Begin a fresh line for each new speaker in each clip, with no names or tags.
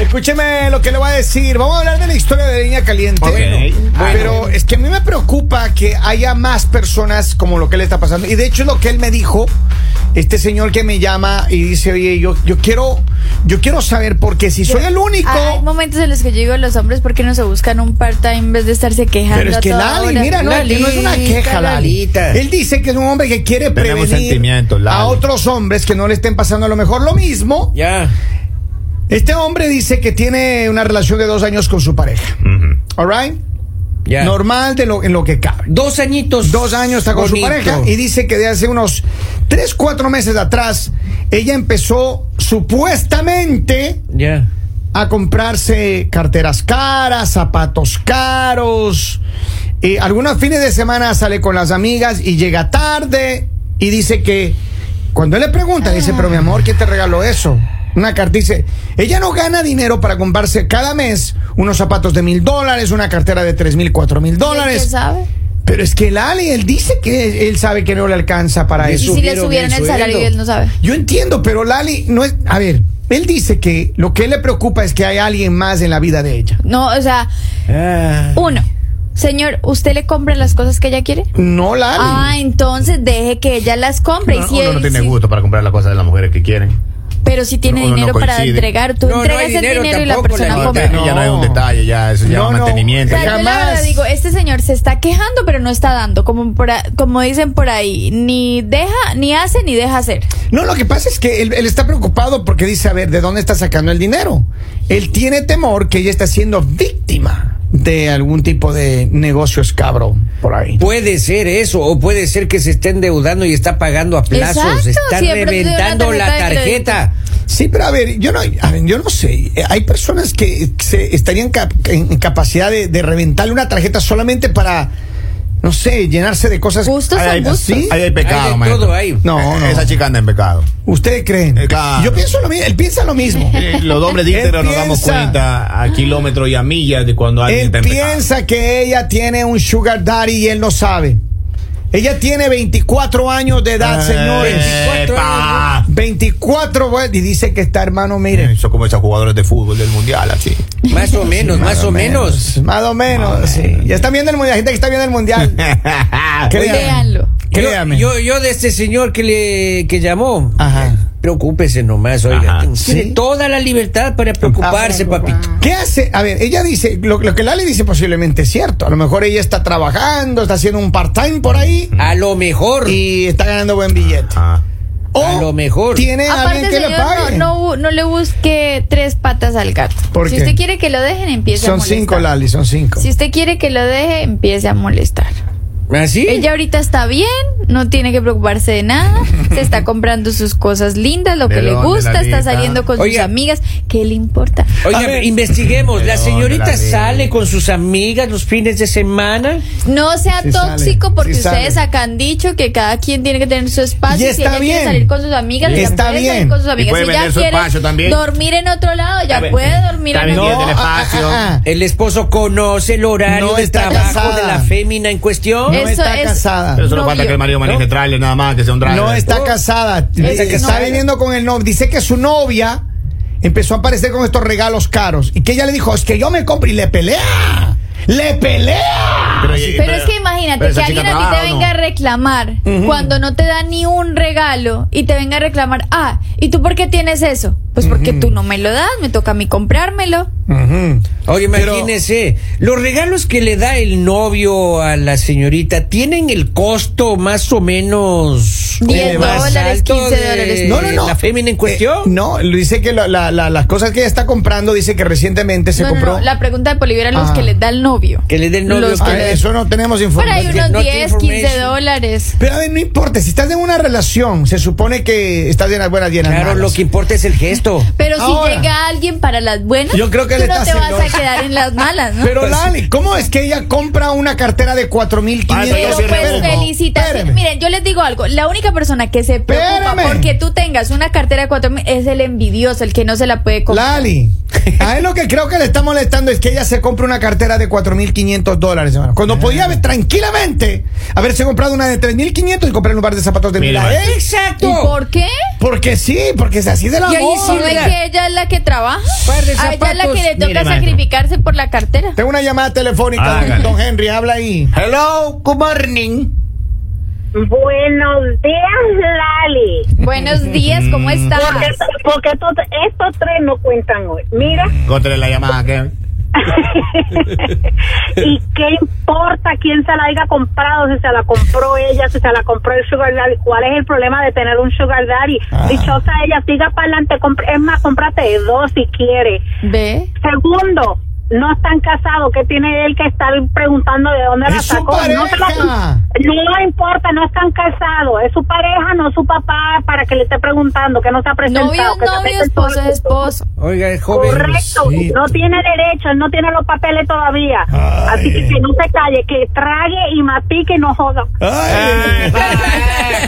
Escúcheme lo que le voy a decir. Vamos a hablar de la historia de Línea Caliente.
Ok.
Bueno, Pero es que a mí me preocupa que haya más personas como lo que le está pasando. Y de hecho es lo que él me dijo, este señor que me llama y dice, oye, yo, yo quiero, yo quiero saber porque si soy el único.
Hay momentos en los que yo digo, los hombres, ¿por qué no se buscan un part-time en vez de estarse quejando?
Pero es que
a toda
Lali,
hora?
mira, no,
Lali,
no es una queja, Lali.
Lalita.
Él dice que es un hombre que quiere
Tenemos
prevenir
sentimientos, Lali.
a otros hombres que no le estén pasando a lo mejor lo mismo.
Ya.
Este hombre dice que tiene una relación de dos años con su pareja.
Ujú.
All right?
Ya.
Normal de lo, en lo que cabe.
Dos añitos.
Dos años está con
Bonito.
su pareja y dice que de hace unos tres, cuatro meses atrás, ella empezó supuestamente
Ya.
a comprarse carteras caras, zapatos caros. Eh, algunos fines de semana sale con las amigas y llega tarde y dice que cuando él le pregunta, dice, pero mi amor, ¿quién te regaló eso? Una carta dice, ella no gana dinero para comprarse cada mes unos zapatos de mil dólares, una cartera de tres mil, cuatro mil
¿Y él qué
dólares.
sabe?
Pero es que el Ali, él dice que él sabe que no le alcanza para
Y
Y
eso.
si le
subieron
subieran
el
el salario y
sueldo.
él no sabe.
Yo entiendo, pero Lali no es. A ver, él dice que lo que le preocupa es que hay alguien más en la vida de ella.
No, o sea,
Ah.
uno, señor, ¿usted le compra las cosas que ella quiere?
No, Lali.
Ah, entonces deje que ella las compre. y si
uno
él-
no tiene
si-
gusto para comprar las cosas de las mujeres que quieren.
Pero si tiene
Uno no
dinero para
coincide.
entregar, tú
No, no hay
entregas el
dinero
dinero y la
tampoco,
persona
la
No,
compra.
Hombre,
ya no es un detalle, ya eso ya
No,
es
no.
mantenimiento.
O sea, yo la
Jamás.
verdad digo, este señor se está quejando, pero no está dando, como por a- como dicen por ahí, ni deja, ni hace, ni deja hacer.
No, lo que pasa es que él, él está preocupado porque dice, a ver, ¿de dónde está sacando el dinero? Él tiene temor que ella está siendo víctima de algún tipo de negocio escabro por ahí.
Puede ser eso, o puede ser que se esté endeudando y está pagando a plazos,
Exacto,
está
siempre tiene una
reventando la
tarjeta de
tarjeta.
Sí, pero a ver, yo no, a ver, yo no sé. Eh, Hay personas que se estarían cap- en en capacidad de, de reventarle una tarjeta solamente para, no sé, llenarse de cosas.
Gustos
Ay,
son gustos.
¿sí?
Ahí hay
Hay
pecado,
de
maestro.
todo ahí.
No,
Eh,
no.
Esa chica anda en pecado.
¿Ustedes creen?
Eh, claro.
Yo pienso lo mismo, él piensa lo mismo.
Eh, Los hombres íntegros nos damos
piensa-
cuenta a kilómetros y a millas de cuando alguien
Él
está en pecado.
piensa que ella tiene un sugar daddy y él no sabe. Ella tiene 24 años de edad, señores.
Eh,
24
pa.
24, güey, y dice que está hermano, mire.
Son como esos jugadores de fútbol del mundial, así.
Más o menos, más, o menos.
Más o menos.
Más o
sí.
menos.
Ya están viendo el mundial, gente que está viendo el mundial. Créame.
Véanlo.
Créame.
Yo, yo, yo de este señor que le que llamó,
Ajá.
preocúpese nomás, oiga.
Ajá.
Tiene
Sí.
toda la libertad para preocuparse,
Ah,
papito.
¿Qué hace? A ver, ella dice, lo, lo que Lali dice posiblemente es cierto. A lo mejor ella está trabajando, está haciendo un part-time por ahí
Ah.
A lo mejor.
y está ganando buen billete.
Ajá.
O
a lo mejor.
Tiene
Aparte,
alguien que
señor,
le pague.
no, no, bu- no le busque tres patas al gato.
¿Por
si
qué?
usted quiere que lo dejen, empiece a
son
molestar.
cinco, Lali, son cinco.
Si usted quiere que lo deje, empiece a molestar.
¿Así?
Ella ahorita está bien, no tiene que preocuparse de nada, se está comprando sus cosas lindas, lo
¿De
que le
dónde,
gusta, está
Lalita?
saliendo con sus
Oiga.
amigas, ¿qué le importa?
Oiga,
A ver.
investiguemos. La
Perdón,
señorita
la ley.
sale con sus amigas los fines de semana.
No sea
Sí sale,
tóxico porque
sí sale.
ustedes acá han dicho que cada quien tiene que tener su espacio.
Y
si
está
ella quiere
bien.
salir con sus amigas,
Y
ella
está
puede
bien.
salir con sus
Y
amigas.
puede
si ella
vender su espacio
quiere
también.
dormir en otro lado, ya
A ver,
puede dormir en
también
otro
tiene el
No, ah,
espacio.
ah, ah, ah.
El esposo conoce el horario
No
de
está
trabajo
casada.
de la fémina en cuestión.
no
eso
está
es-
casada.
Pero solo
No,
falta
yo-
que el marido maneje
¿no?
trailer nada más, que sea un trailer.
No está
Oh.
casada.
Está
Está,
casada.
viviendo con el novio. Dice que su novia empezó a aparecer con estos regalos caros. Y que ella le dijo, es que yo me compro y le pelea. ¡Le pelea!
Pero,
Pero es que imagínate
pero
que
esa chica
alguien a ti
trabaja,
te
¿o
venga a
no?
reclamar cuando no te da ni un regalo y te venga a reclamar, ah, ¿y tú por qué tienes eso? Pues porque tú no me lo das, me toca a mí comprármelo.
Oye,
Pero-
imagínese, los regalos que le da el novio a la señorita tienen el costo más o menos eh,
10
más
dólares,
alto
15
de
dólares.
No, no, no.
La fémina en
Eh,
cuestión.
no, lo dice que la- la- la- las cosas que ella está comprando, dice que recientemente se
no, no,
compró.
no, la pregunta de Polivio era los
Ah.
que les da el novio.
Que le dé el novio.
Los
A
que
ver,
le-
eso no tenemos
Por ahí
información.
unos
Not
10, 15
information.
dólares.
Pero a ver, no importa, si estás en una relación, se supone que estás en las buenas y en las
claro,
malas.
lo que importa es el gesto.
Pero
Ahora.
si llega alguien para las buenas,
Yo creo que
tú
le
no
está
te vas
haciendo-
a quedar en las malas, ¿no?
Pues
Pero Lali, ¿cómo es que ella compra una cartera de 4.500
Ah,
Pero
Yo sí
pues
recuerdo.
Espérame.
felicitaciones. Miren, yo les digo digo algo, la única persona que se preocupa
Espérame.
porque tú tengas una cartera de cuatro mil es el envidioso, el que no se la puede comprar.
Lali, a él lo que creo que le está molestando es que ella se compre una cartera de 4.500 dólares, hermano. Cuando podía haber, tranquilamente haberse comprado una de 3.500 y comprar un par de zapatos de
Mira,
mil a él.
¿Y
Exacto.
por qué?
Porque sí, porque es así de la
Y ahí sí,
¿No es
Mira.
que ella es la que trabaja?
Par de
A ella es la
zapatos.
que le toca
Mire, maestro.
sacrificarse por la cartera.
Tengo una llamada telefónica.
Hágale.
Don Henry, habla ahí.
Hello, good morning.
Buenos días, Lali.
Buenos días, ¿cómo estás?
Porque, porque estos, estos tres no cuentan hoy. Mira,
Contra la llamada que.
¿y qué importa quién se la haya comprado? Si se la compró ella, si se la compró el Sugar Daddy. ¿Cuál es el problema de tener un Sugar Daddy?
Ah.
Dichosa ella, siga para adelante. compre- Es más, cómprate dos si quiere.
Ve.
Segundo, no están casados. ¿Qué tiene él que estar preguntando de dónde la
Es su
sacó? No, se la-
pareja.
no importa, no están casados. Es su pareja, no su papá, para que le esté preguntando, que no se ha presentado.
Novio es
que se ha
novio,
presentado.
esposo es esposo.
Oiga, es joven.
Correcto,
Sí.
no tiene derecho, él no tiene los papeles todavía.
Ay.
Así que que no se calle, que trague y matique y no joda.
Ah. Ay.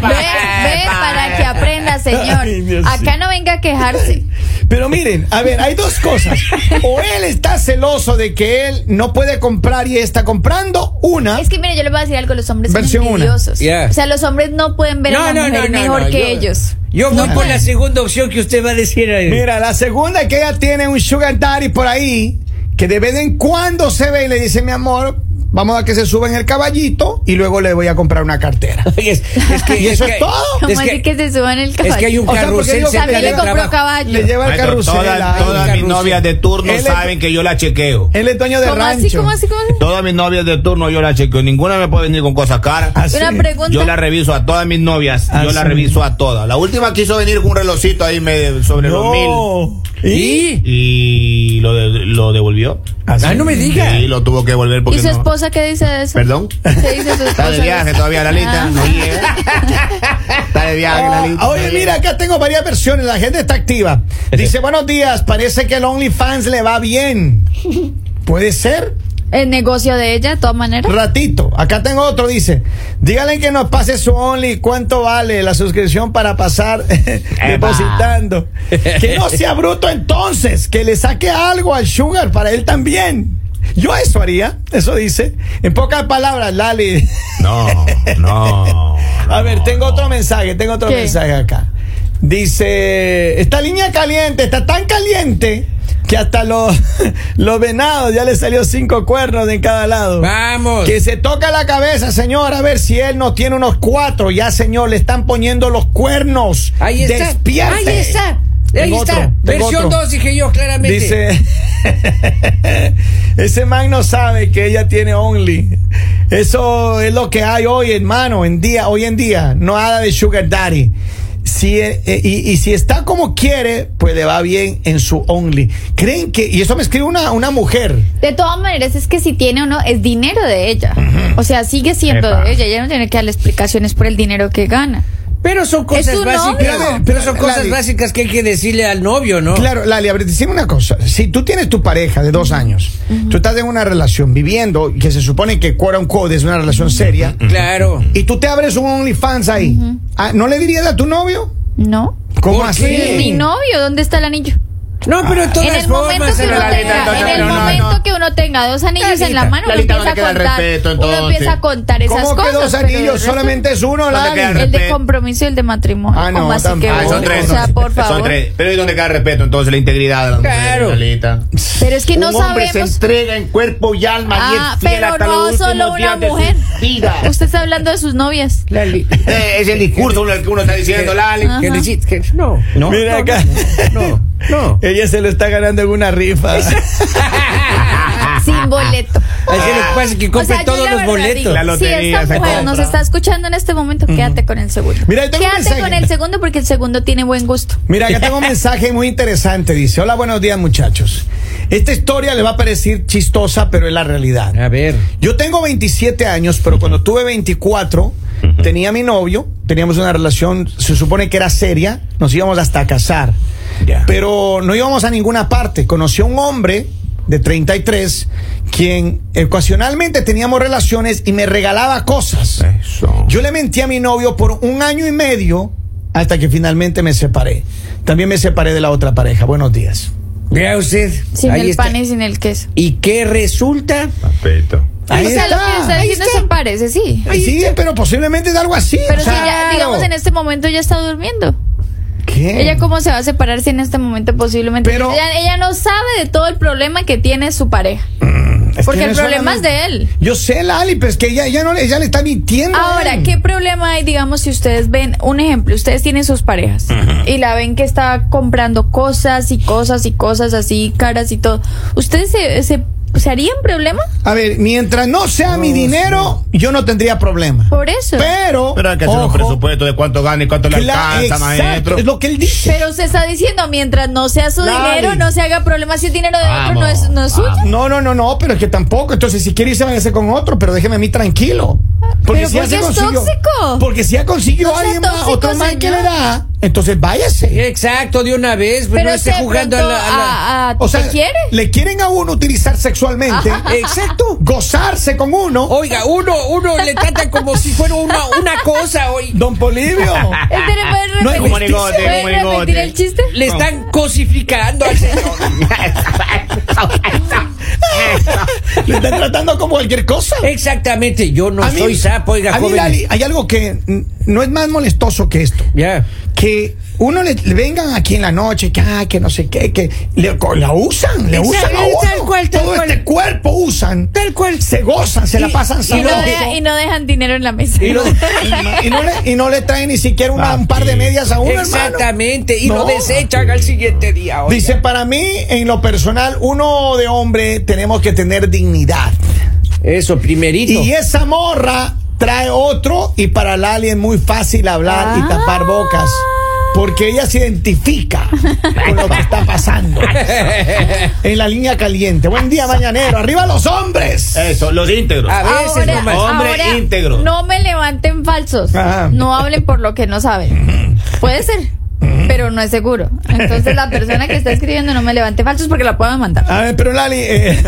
Ve, ve para que aprenda, señor.
Ay, Dios
Acá no venga a quejarse.
Pero miren, a ver, hay dos cosas. O él está celoso de que él no puede comprar y está comprando una.
Es que mire, yo les voy a decir algo, los hombres
¿Ah? Versión
son
una.
envidiosos.
Yeah.
O sea, los hombres no pueden ver a una mujer mejor que
yo-
ellos.
Yo voy
No
por
pueden.
la segunda opción que usted va a decir. eh. ahí.
Mira, la segunda es que ella tiene un sugar daddy por ahí que de vez en cuando se ve y le dice, mi amor, vamos a que se suba en el caballito y luego le voy a comprar una cartera.
Es, es que,
¿Y eso es
que-
todo?
¿Cómo
Es
así
que,
que se suban el caballo?
es que hay un
O sea, porque
carrusel
digo que
cerca
También
le
le
del
compró
trabajo.
caballo.
Le lleva el
Maestro,
carrusel.
Todas
ahí.
todas mis
carrusel.
novias de turno
Él es-
saben que yo la chequeo.
Él es dueño de
¿Cómo
rancho.
así? ¿Cómo así? ¿Cómo así?
Todas mis novias de turno yo la chequeo. Ninguna me puede venir con cosas caras.
Así.
Una pregunta.
Yo la reviso a todas mis novias.
Ah,
yo la
sí.
reviso a todas. La última quiso venir con un relojito ahí me- sobre los mil.
No.
¿Y?
Y lo, de- lo devolvió.
Así.
Ah, no me diga.
Y lo tuvo que devolver porque
¿Y su
no-
esposa qué dice de eso?
Perdón.
¿Qué dice su esposa? Ah,
Está de viaje todavía la lista. No llega. Está de viaje la lista.
Ah, Oye, mira, acá tengo varias versiones. La gente está activa. Dice, buenos días, parece que el OnlyFans le va bien. Puede ser.
El negocio de ella, de todas maneras.
Ratito. Acá tengo otro, dice. Díganle que nos pase su Only, cuánto vale la suscripción para pasar depositando. Que no sea bruto entonces, que le saque algo al Sugar para él también. Yo eso haría, eso dice. En pocas palabras, Lali.
No, no.
A
no,
ver, tengo
no.
otro mensaje, tengo otro
¿Qué?
mensaje acá. Dice, esta línea caliente está tan caliente que hasta los, los venados ya le salió cinco cuernos en cada lado.
Vamos.
Que se toca la cabeza, señor, a ver si él no tiene unos cuatro. Ya, señor, le están poniendo los cuernos.
Ahí está.
Despierte.
Ahí está. Ahí
Tengo
está.
otro, tengo
Versión
otro.
2, dije yo claramente.
Dice, ese man no sabe que ella tiene Only. Eso es lo que hay hoy, hermano, en día, hoy en día. No nada de Sugar Daddy. Si, eh, y, y si está como quiere, pues le va bien en su Only. ¿Creen que.? Y eso me escribe una, una mujer.
De todas maneras, es que si tiene o no, es dinero de ella. O sea, sigue siendo
Epa.
de ella. Ella no tiene que darle explicaciones por el dinero que gana.
Pero son cosas
un
básicas.
novio.
Pero son
La-
cosas
la-
básicas que hay que decirle al novio, ¿no?
Claro, Lali, a ver, decime una cosa. Si tú tienes tu pareja de dos años, tú estás en una relación viviendo, que se supone que quote unquote es una relación seria,
Claro.
y tú te abres un OnlyFans ahí, ah, ¿no le dirías a tu novio?
¿No?
¿Cómo
¿Por
así?
qué?
Mi novio, ¿dónde está el anillo?
No, pero de todas
en el momento
formas,
que uno
Ana Lorena,
tenga,
no,
en el
no, no,
momento
no.
que uno tenga dos anillos en la
Lalita,
mano, uno
Lalita,
empieza, a
¿dónde queda el
contar,
respeto,
uno
entonces?
empieza a contar esas
¿Cómo que
cosas.
dos
pero de
anillos?
resto-
Solamente es uno,
¿Dónde queda
Lali.
el
El de
respeto?
compromiso y el de matrimonio.
Ah, no,
¿Cómo así
también.
que
Ah, son
bueno?
tres.
O sea,
entonces.
por
Son
favor.
tres. Pero ¿y dónde queda el respeto entonces? La integridad de la mujer,
Claro.
Lalita?
Pero es que no
un hombre se
sabemos.
entrega en cuerpo y alma
Ah,
y es fiel
pero
hasta
no
los últimos
solo una
días de su
mujer.
vida.
Usted está hablando de sus novias.
Lali.
Eh, es el discurso uno- el que uno está diciendo, Lali.
Ah.
Ajá.
Que le chit- que- No.
No.
Mira acá.
No. No.
Ella se lo está ganando en una rifa.
Sin boleto.
Así que lo que pasa es que
O
compre
sea, yo
todos
la
los
verdad digo,
boletos.
La
si
lotería
esta
se
mujer nos
compra.
está escuchando en este momento, quédate con el segundo.
Mira, ahí tengo un
quédate
mensaje.
con el segundo porque el segundo tiene buen gusto.
Mira, acá tengo un mensaje muy interesante. Dice, hola, buenos días muchachos. Esta historia le va a parecer chistosa, pero es la realidad.
A ver.
Yo tengo 27 años, pero cuando tuve 24, tenía mi novio, teníamos una relación, se supone que era seria, nos íbamos hasta a casar.
Ya.
Pero no íbamos a ninguna parte. Conocí a un hombre, de 33, quien ocasionalmente teníamos relaciones y me regalaba cosas.
Eh. Eso.
Yo le mentí a mi novio por un año y medio hasta que finalmente me separé. También me separé de la otra pareja. Buenos días.
Vea usted.
Sin
ahí
el
está.
pan y sin el queso.
¿Y qué resulta?
Papito.
Ahí
o sea, lo que
está,
está
ahí
diciendo
está.
se parece, sí.
Ay, sí, pero posiblemente es algo así.
Pero si
claro.
ella, digamos, en este momento ya está durmiendo.
¿Qué?
¿Ella cómo se va a separar si en este momento posiblemente?
Pero-
ella, ella no sabe de todo el problema que tiene su pareja.
Es que
Porque
no
el
es
problema es de él.
Yo sé, Lali, pero es que ella, ella, no, le- ella le está mintiendo. a
Ahora,
él.
¿qué problema hay, digamos, si ustedes ven, un ejemplo, ustedes tienen sus parejas y la ven que está comprando cosas y cosas y cosas así, caras y todo? ¿Ustedes se, se, se harían problema
A ver, mientras no sea
Oh,
mi dinero, yo no tendría problema.
por eso?
Pero.
Pero hay que hacer un
ojo,
presupuesto de cuánto gana y cuánto le
que la-
alcanza,
exacto,
maestro.
Es lo que él dice.
Pero se está diciendo, mientras no sea su
Lali.
dinero, no se haga problema si el dinero de otro no
Vamos,
es, no es suyo.
No, no, no, no, pero es que tampoco. Entonces, si quiere irse, váyase con otro, pero déjeme a mí tranquilo. Porque
Pero
si ya
¿por
se
qué es
consiguió-
tóxico?
Porque si ya consiguió
No sea
alguien más,
tóxico,
otro más que le
señor.
da, entonces váyase.
Exacto, de una vez, pero, no esté
se
jugando a la. a la-
a- a-
O sea,
¿te quiere?
le quieren a uno utilizar sexualmente,
Exacto.
gozarse con uno.
Oiga, uno, uno le trata como si fuera una, una cosa. oiga.
Don Polivio.
Espere, ¿puedes
No
repetir-
es como
negote,
¿puedes
como negote.
repetir el chiste?
Le están cosificando al señor.
le están tratando como cualquier cosa.
Exactamente, yo no
A mí-
soy sapo, oiga,
a mí,
joven.
Lali, hay algo que mm, no es más molestoso que esto.
Ya.
Que uno le, le vengan aquí en la noche, que, ay, que no sé qué, que le, co- la usan, le
Exacto,
usan a uno.
tal cual, tal
Todo
cual.
este cuerpo usan.
Tal cual.
Se gozan, se la
Y-
pasan
Y no,
sabroso.
deja- y no dejan dinero en la mesa.
Y no, y no le, y no le traen ni siquiera una- un par de medias a uno, hermano.
Exactamente, y
No.
lo desechan al siguiente día. oiga.
Dice, para mí, en lo personal, uno de hombre tenemos que tener dignidad.
Eso, primerito.
Y esa morra trae otro y para Lali es muy fácil hablar y tapar bocas. Porque ella se identifica con lo que está pasando. En la línea caliente. Buen día, mañanero. ¡Arriba los hombres!
Eso, los íntegros.
Ah,
A veces nomás.
Hombre íntegro.
No me levanten falsos.
Ajá.
No hablen por lo que no saben. Puede ser, pero no es seguro. Entonces la persona que está escribiendo no me levante falsos porque la puedo demandar.
A ver, pero Lali. eh,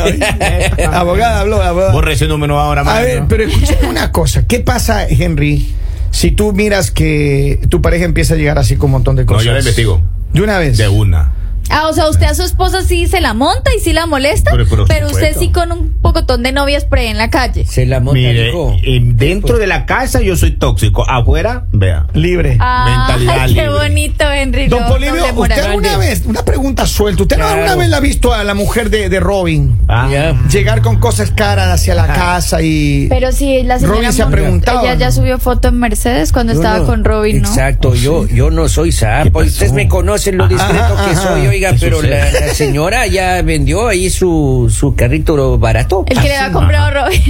ay, abogada, habló, abogada.
Borre ese número ahora,
A
maestro.
ver, pero escúchame una cosa. ¿Qué pasa, Henry, si tú miras que tu pareja empieza a llegar así con un montón de cosas?
yo la investigo.
¿De una vez?
De una.
Ah, o sea, usted a su esposa sí se la monta y sí la molesta,
Pero- pero
pero,
por
usted
supuesto.
sí con un pocotón de novias por ahí en la calle.
Se la monta,
Mire,
dijo.
eh, dentro de la casa yo soy tóxico. Afuera, vea.
Libre.
Ah,
Mentalidad
qué
libre.
bonito, Henry.
Don
no,
Polibio,
no le
usted
moral.
alguna vez, una pregunta suelta, ¿usted
Claro.
alguna vez la ha visto a la mujer de, de Robin
Ah,
Ya.
llegar con cosas caras hacia la casa y...
Pero sí, la señora
Robin se ha
Monta,
preguntado,
Ella ya
¿no?
subió foto en Mercedes cuando
Yo
estaba
no-
con Robin, ¿no?
Exacto, yo, yo no soy sapo.
¿Qué
Ustedes
pasó? Ah.
me conocen lo discreto
Ajá,
que
ajá.
soy, oiga,
¿Qué
pero la,
sucede?
la señora ya vendió ahí su, su carrito barato.
El que le había comprado Robin.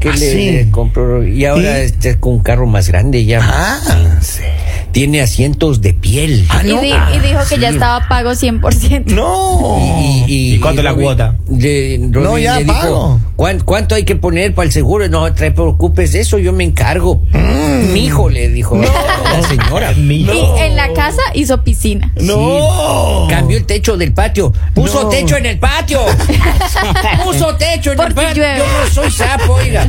que
Ah,
le
sí.
compró y ahora
¿Y?
está con un carro más grande ya.
Ah,
Tiene asientos de piel.
Ah.
y, di- y dijo que ya estaba pago 100%.
no.
¿Y cuánto la
Robin-
cuota?
le- Robin
No, ya
le dijo,
pago.
"¿Cuán- ¿Cuánto hay que poner para el seguro? No te preocupes de eso, yo me encargo.
Mm.
Mi hijo le dijo la señora.
Y en la casa hizo piscina.
No.
Cambió el techo del patio. Puso
No.
techo en el patio. Puso techo en el
Porque
patio.
llueve.
Yo no soy sapo, oiga.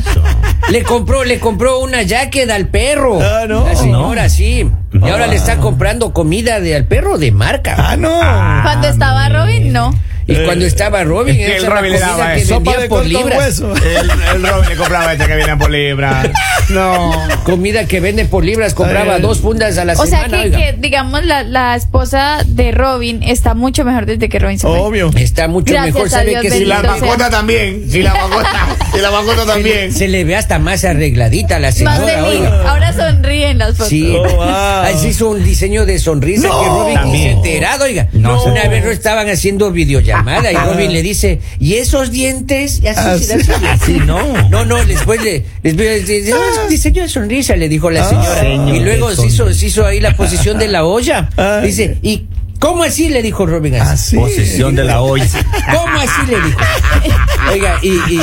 Le compró, le compró una jacket al perro.
Ah, no.
La señora, sí. Y ahora le está comprando comida de al perro de marca.
Ah, no. Eh,
Cuando estaba Robin, no.
Y cuando estaba Robin,
que el
esa era
Robin
la
le daba
comida
eso.
que
Sopa
vendían
de
por
corto
libras.
hueso.
El, el Robin le compraba esta que viene por libra.
No.
Comida que venden por libras, compraba
Eh.
dos fundas a la
O sea
semana.
que,
oiga.
que, digamos, la, la esposa de Robin está mucho mejor desde que Robin se fue.
Obvio.
Está mucho
Gracias
mejor,
a
sabe
Dios,
que
Y
si
la
la
Bendito sea.
macota también. Si la macota. Si la macota
se le-
también.
se le ve hasta más arregladita a la
Más
señora.
de mí.
oiga.
Ahora sonríen las fotos.
Sí.
Oh, wow.
Ahí se hizo un diseño de sonrisa
No.
que Robin ni
También.
se ha enterado, oiga.
No.
Una vez lo estaban haciendo videollamada y Robin le dice, ¿y esos dientes? Y así,
Ah,
se da
sí.
su-
no.
No, no, después le, después le dice, "Ah, es un diseño de
Ah.
sonrisa, le dijo la señora.
señor
y luego
de
se hizo,
sonrisa.
se hizo ahí la posición de la olla.
Ah.
Dice, ¿y ¿Cómo así? le dijo Robin
Ah,
a ese.
Así.
Posición de la olla.
Ah.
¿Cómo así le dijo? Oiga, y. y-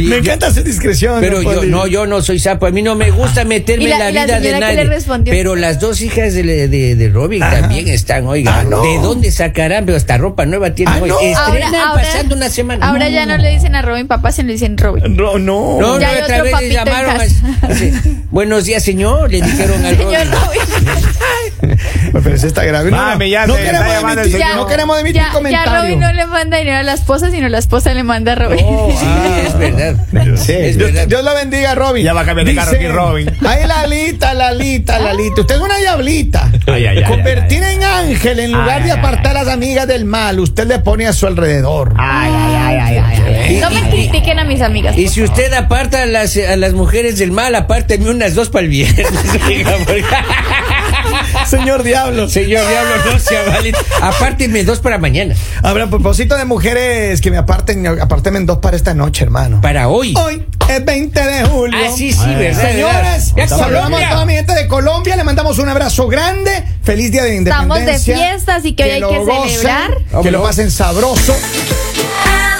y yo-
Me encanta esa discreción.
Pero
don
yo
Poli.
no, yo no soy sapo. A mí no me gusta meterme
¿Y
en
la-
la
y la
vida de
señora
nadie.
qué le respondió?
Pero las dos hijas de, de, de Robin también están, oiga.
Ah, no.
¿De dónde sacarán? Pero hasta ropa nueva tiene
Ah,
hoy.
no.
Estrenan pasando una semana.
Ahora ya no le dicen a Robin papá, sino le dicen Robin.
No, no.
No,
Ya
no,
hay
otra vez
otro
le
papito en
llamaron.
casa.
así, Buenos días, señor. Le dijeron al
Señor
Robin.
Robin.
Pero sí está grave. No,
Mami,
no.
ya
no,
se está
queremos
llamando el
emitir,
señor.
no queremos emitir
ya,
comentarios.
Ya Robin no le manda dinero a la esposa, sino la esposa le manda a Robin.
Oh, ah, es verdad.
Sí,
Es
Dios,
verdad.
Dios lo bendiga, Robin.
Ya va a cambiar de carro aquí, Robin.
Ay, Lalita, Lalita, Lalita. Usted es una diablita.
Ay, ay, ay,
Convertida
ay, ay,
en ángel en lugar
Ay, ay,
de
Ah.
apartar a las amigas del mal. Usted le pone a su alrededor.
Ay, ay, ay, ay, ay, ay.
No me critiquen a mis amigas.
Y si usted aparta a las, a las mujeres del mal, apárteme unas dos para el viernes. oiga, porque-
Señor Diablo.
Señor Diablo, no sea válido. Apárteme dos para mañana.
Habrá propósito de mujeres que me aparten, apartenme en dos para esta noche, hermano.
Para hoy.
Hoy es 20 de julio.
Ah, sí, sí,
Ay,
verdad. verdad.
Señores,
Ya
saludamos
Colombia.
a toda mi gente de Colombia, le mandamos un abrazo grande, feliz día de
Estamos de
independencia.
fiesta, así que hoy hay
lo
que celebrar.
Que lo
Vámonos.
pasen sabroso.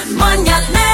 El mañanero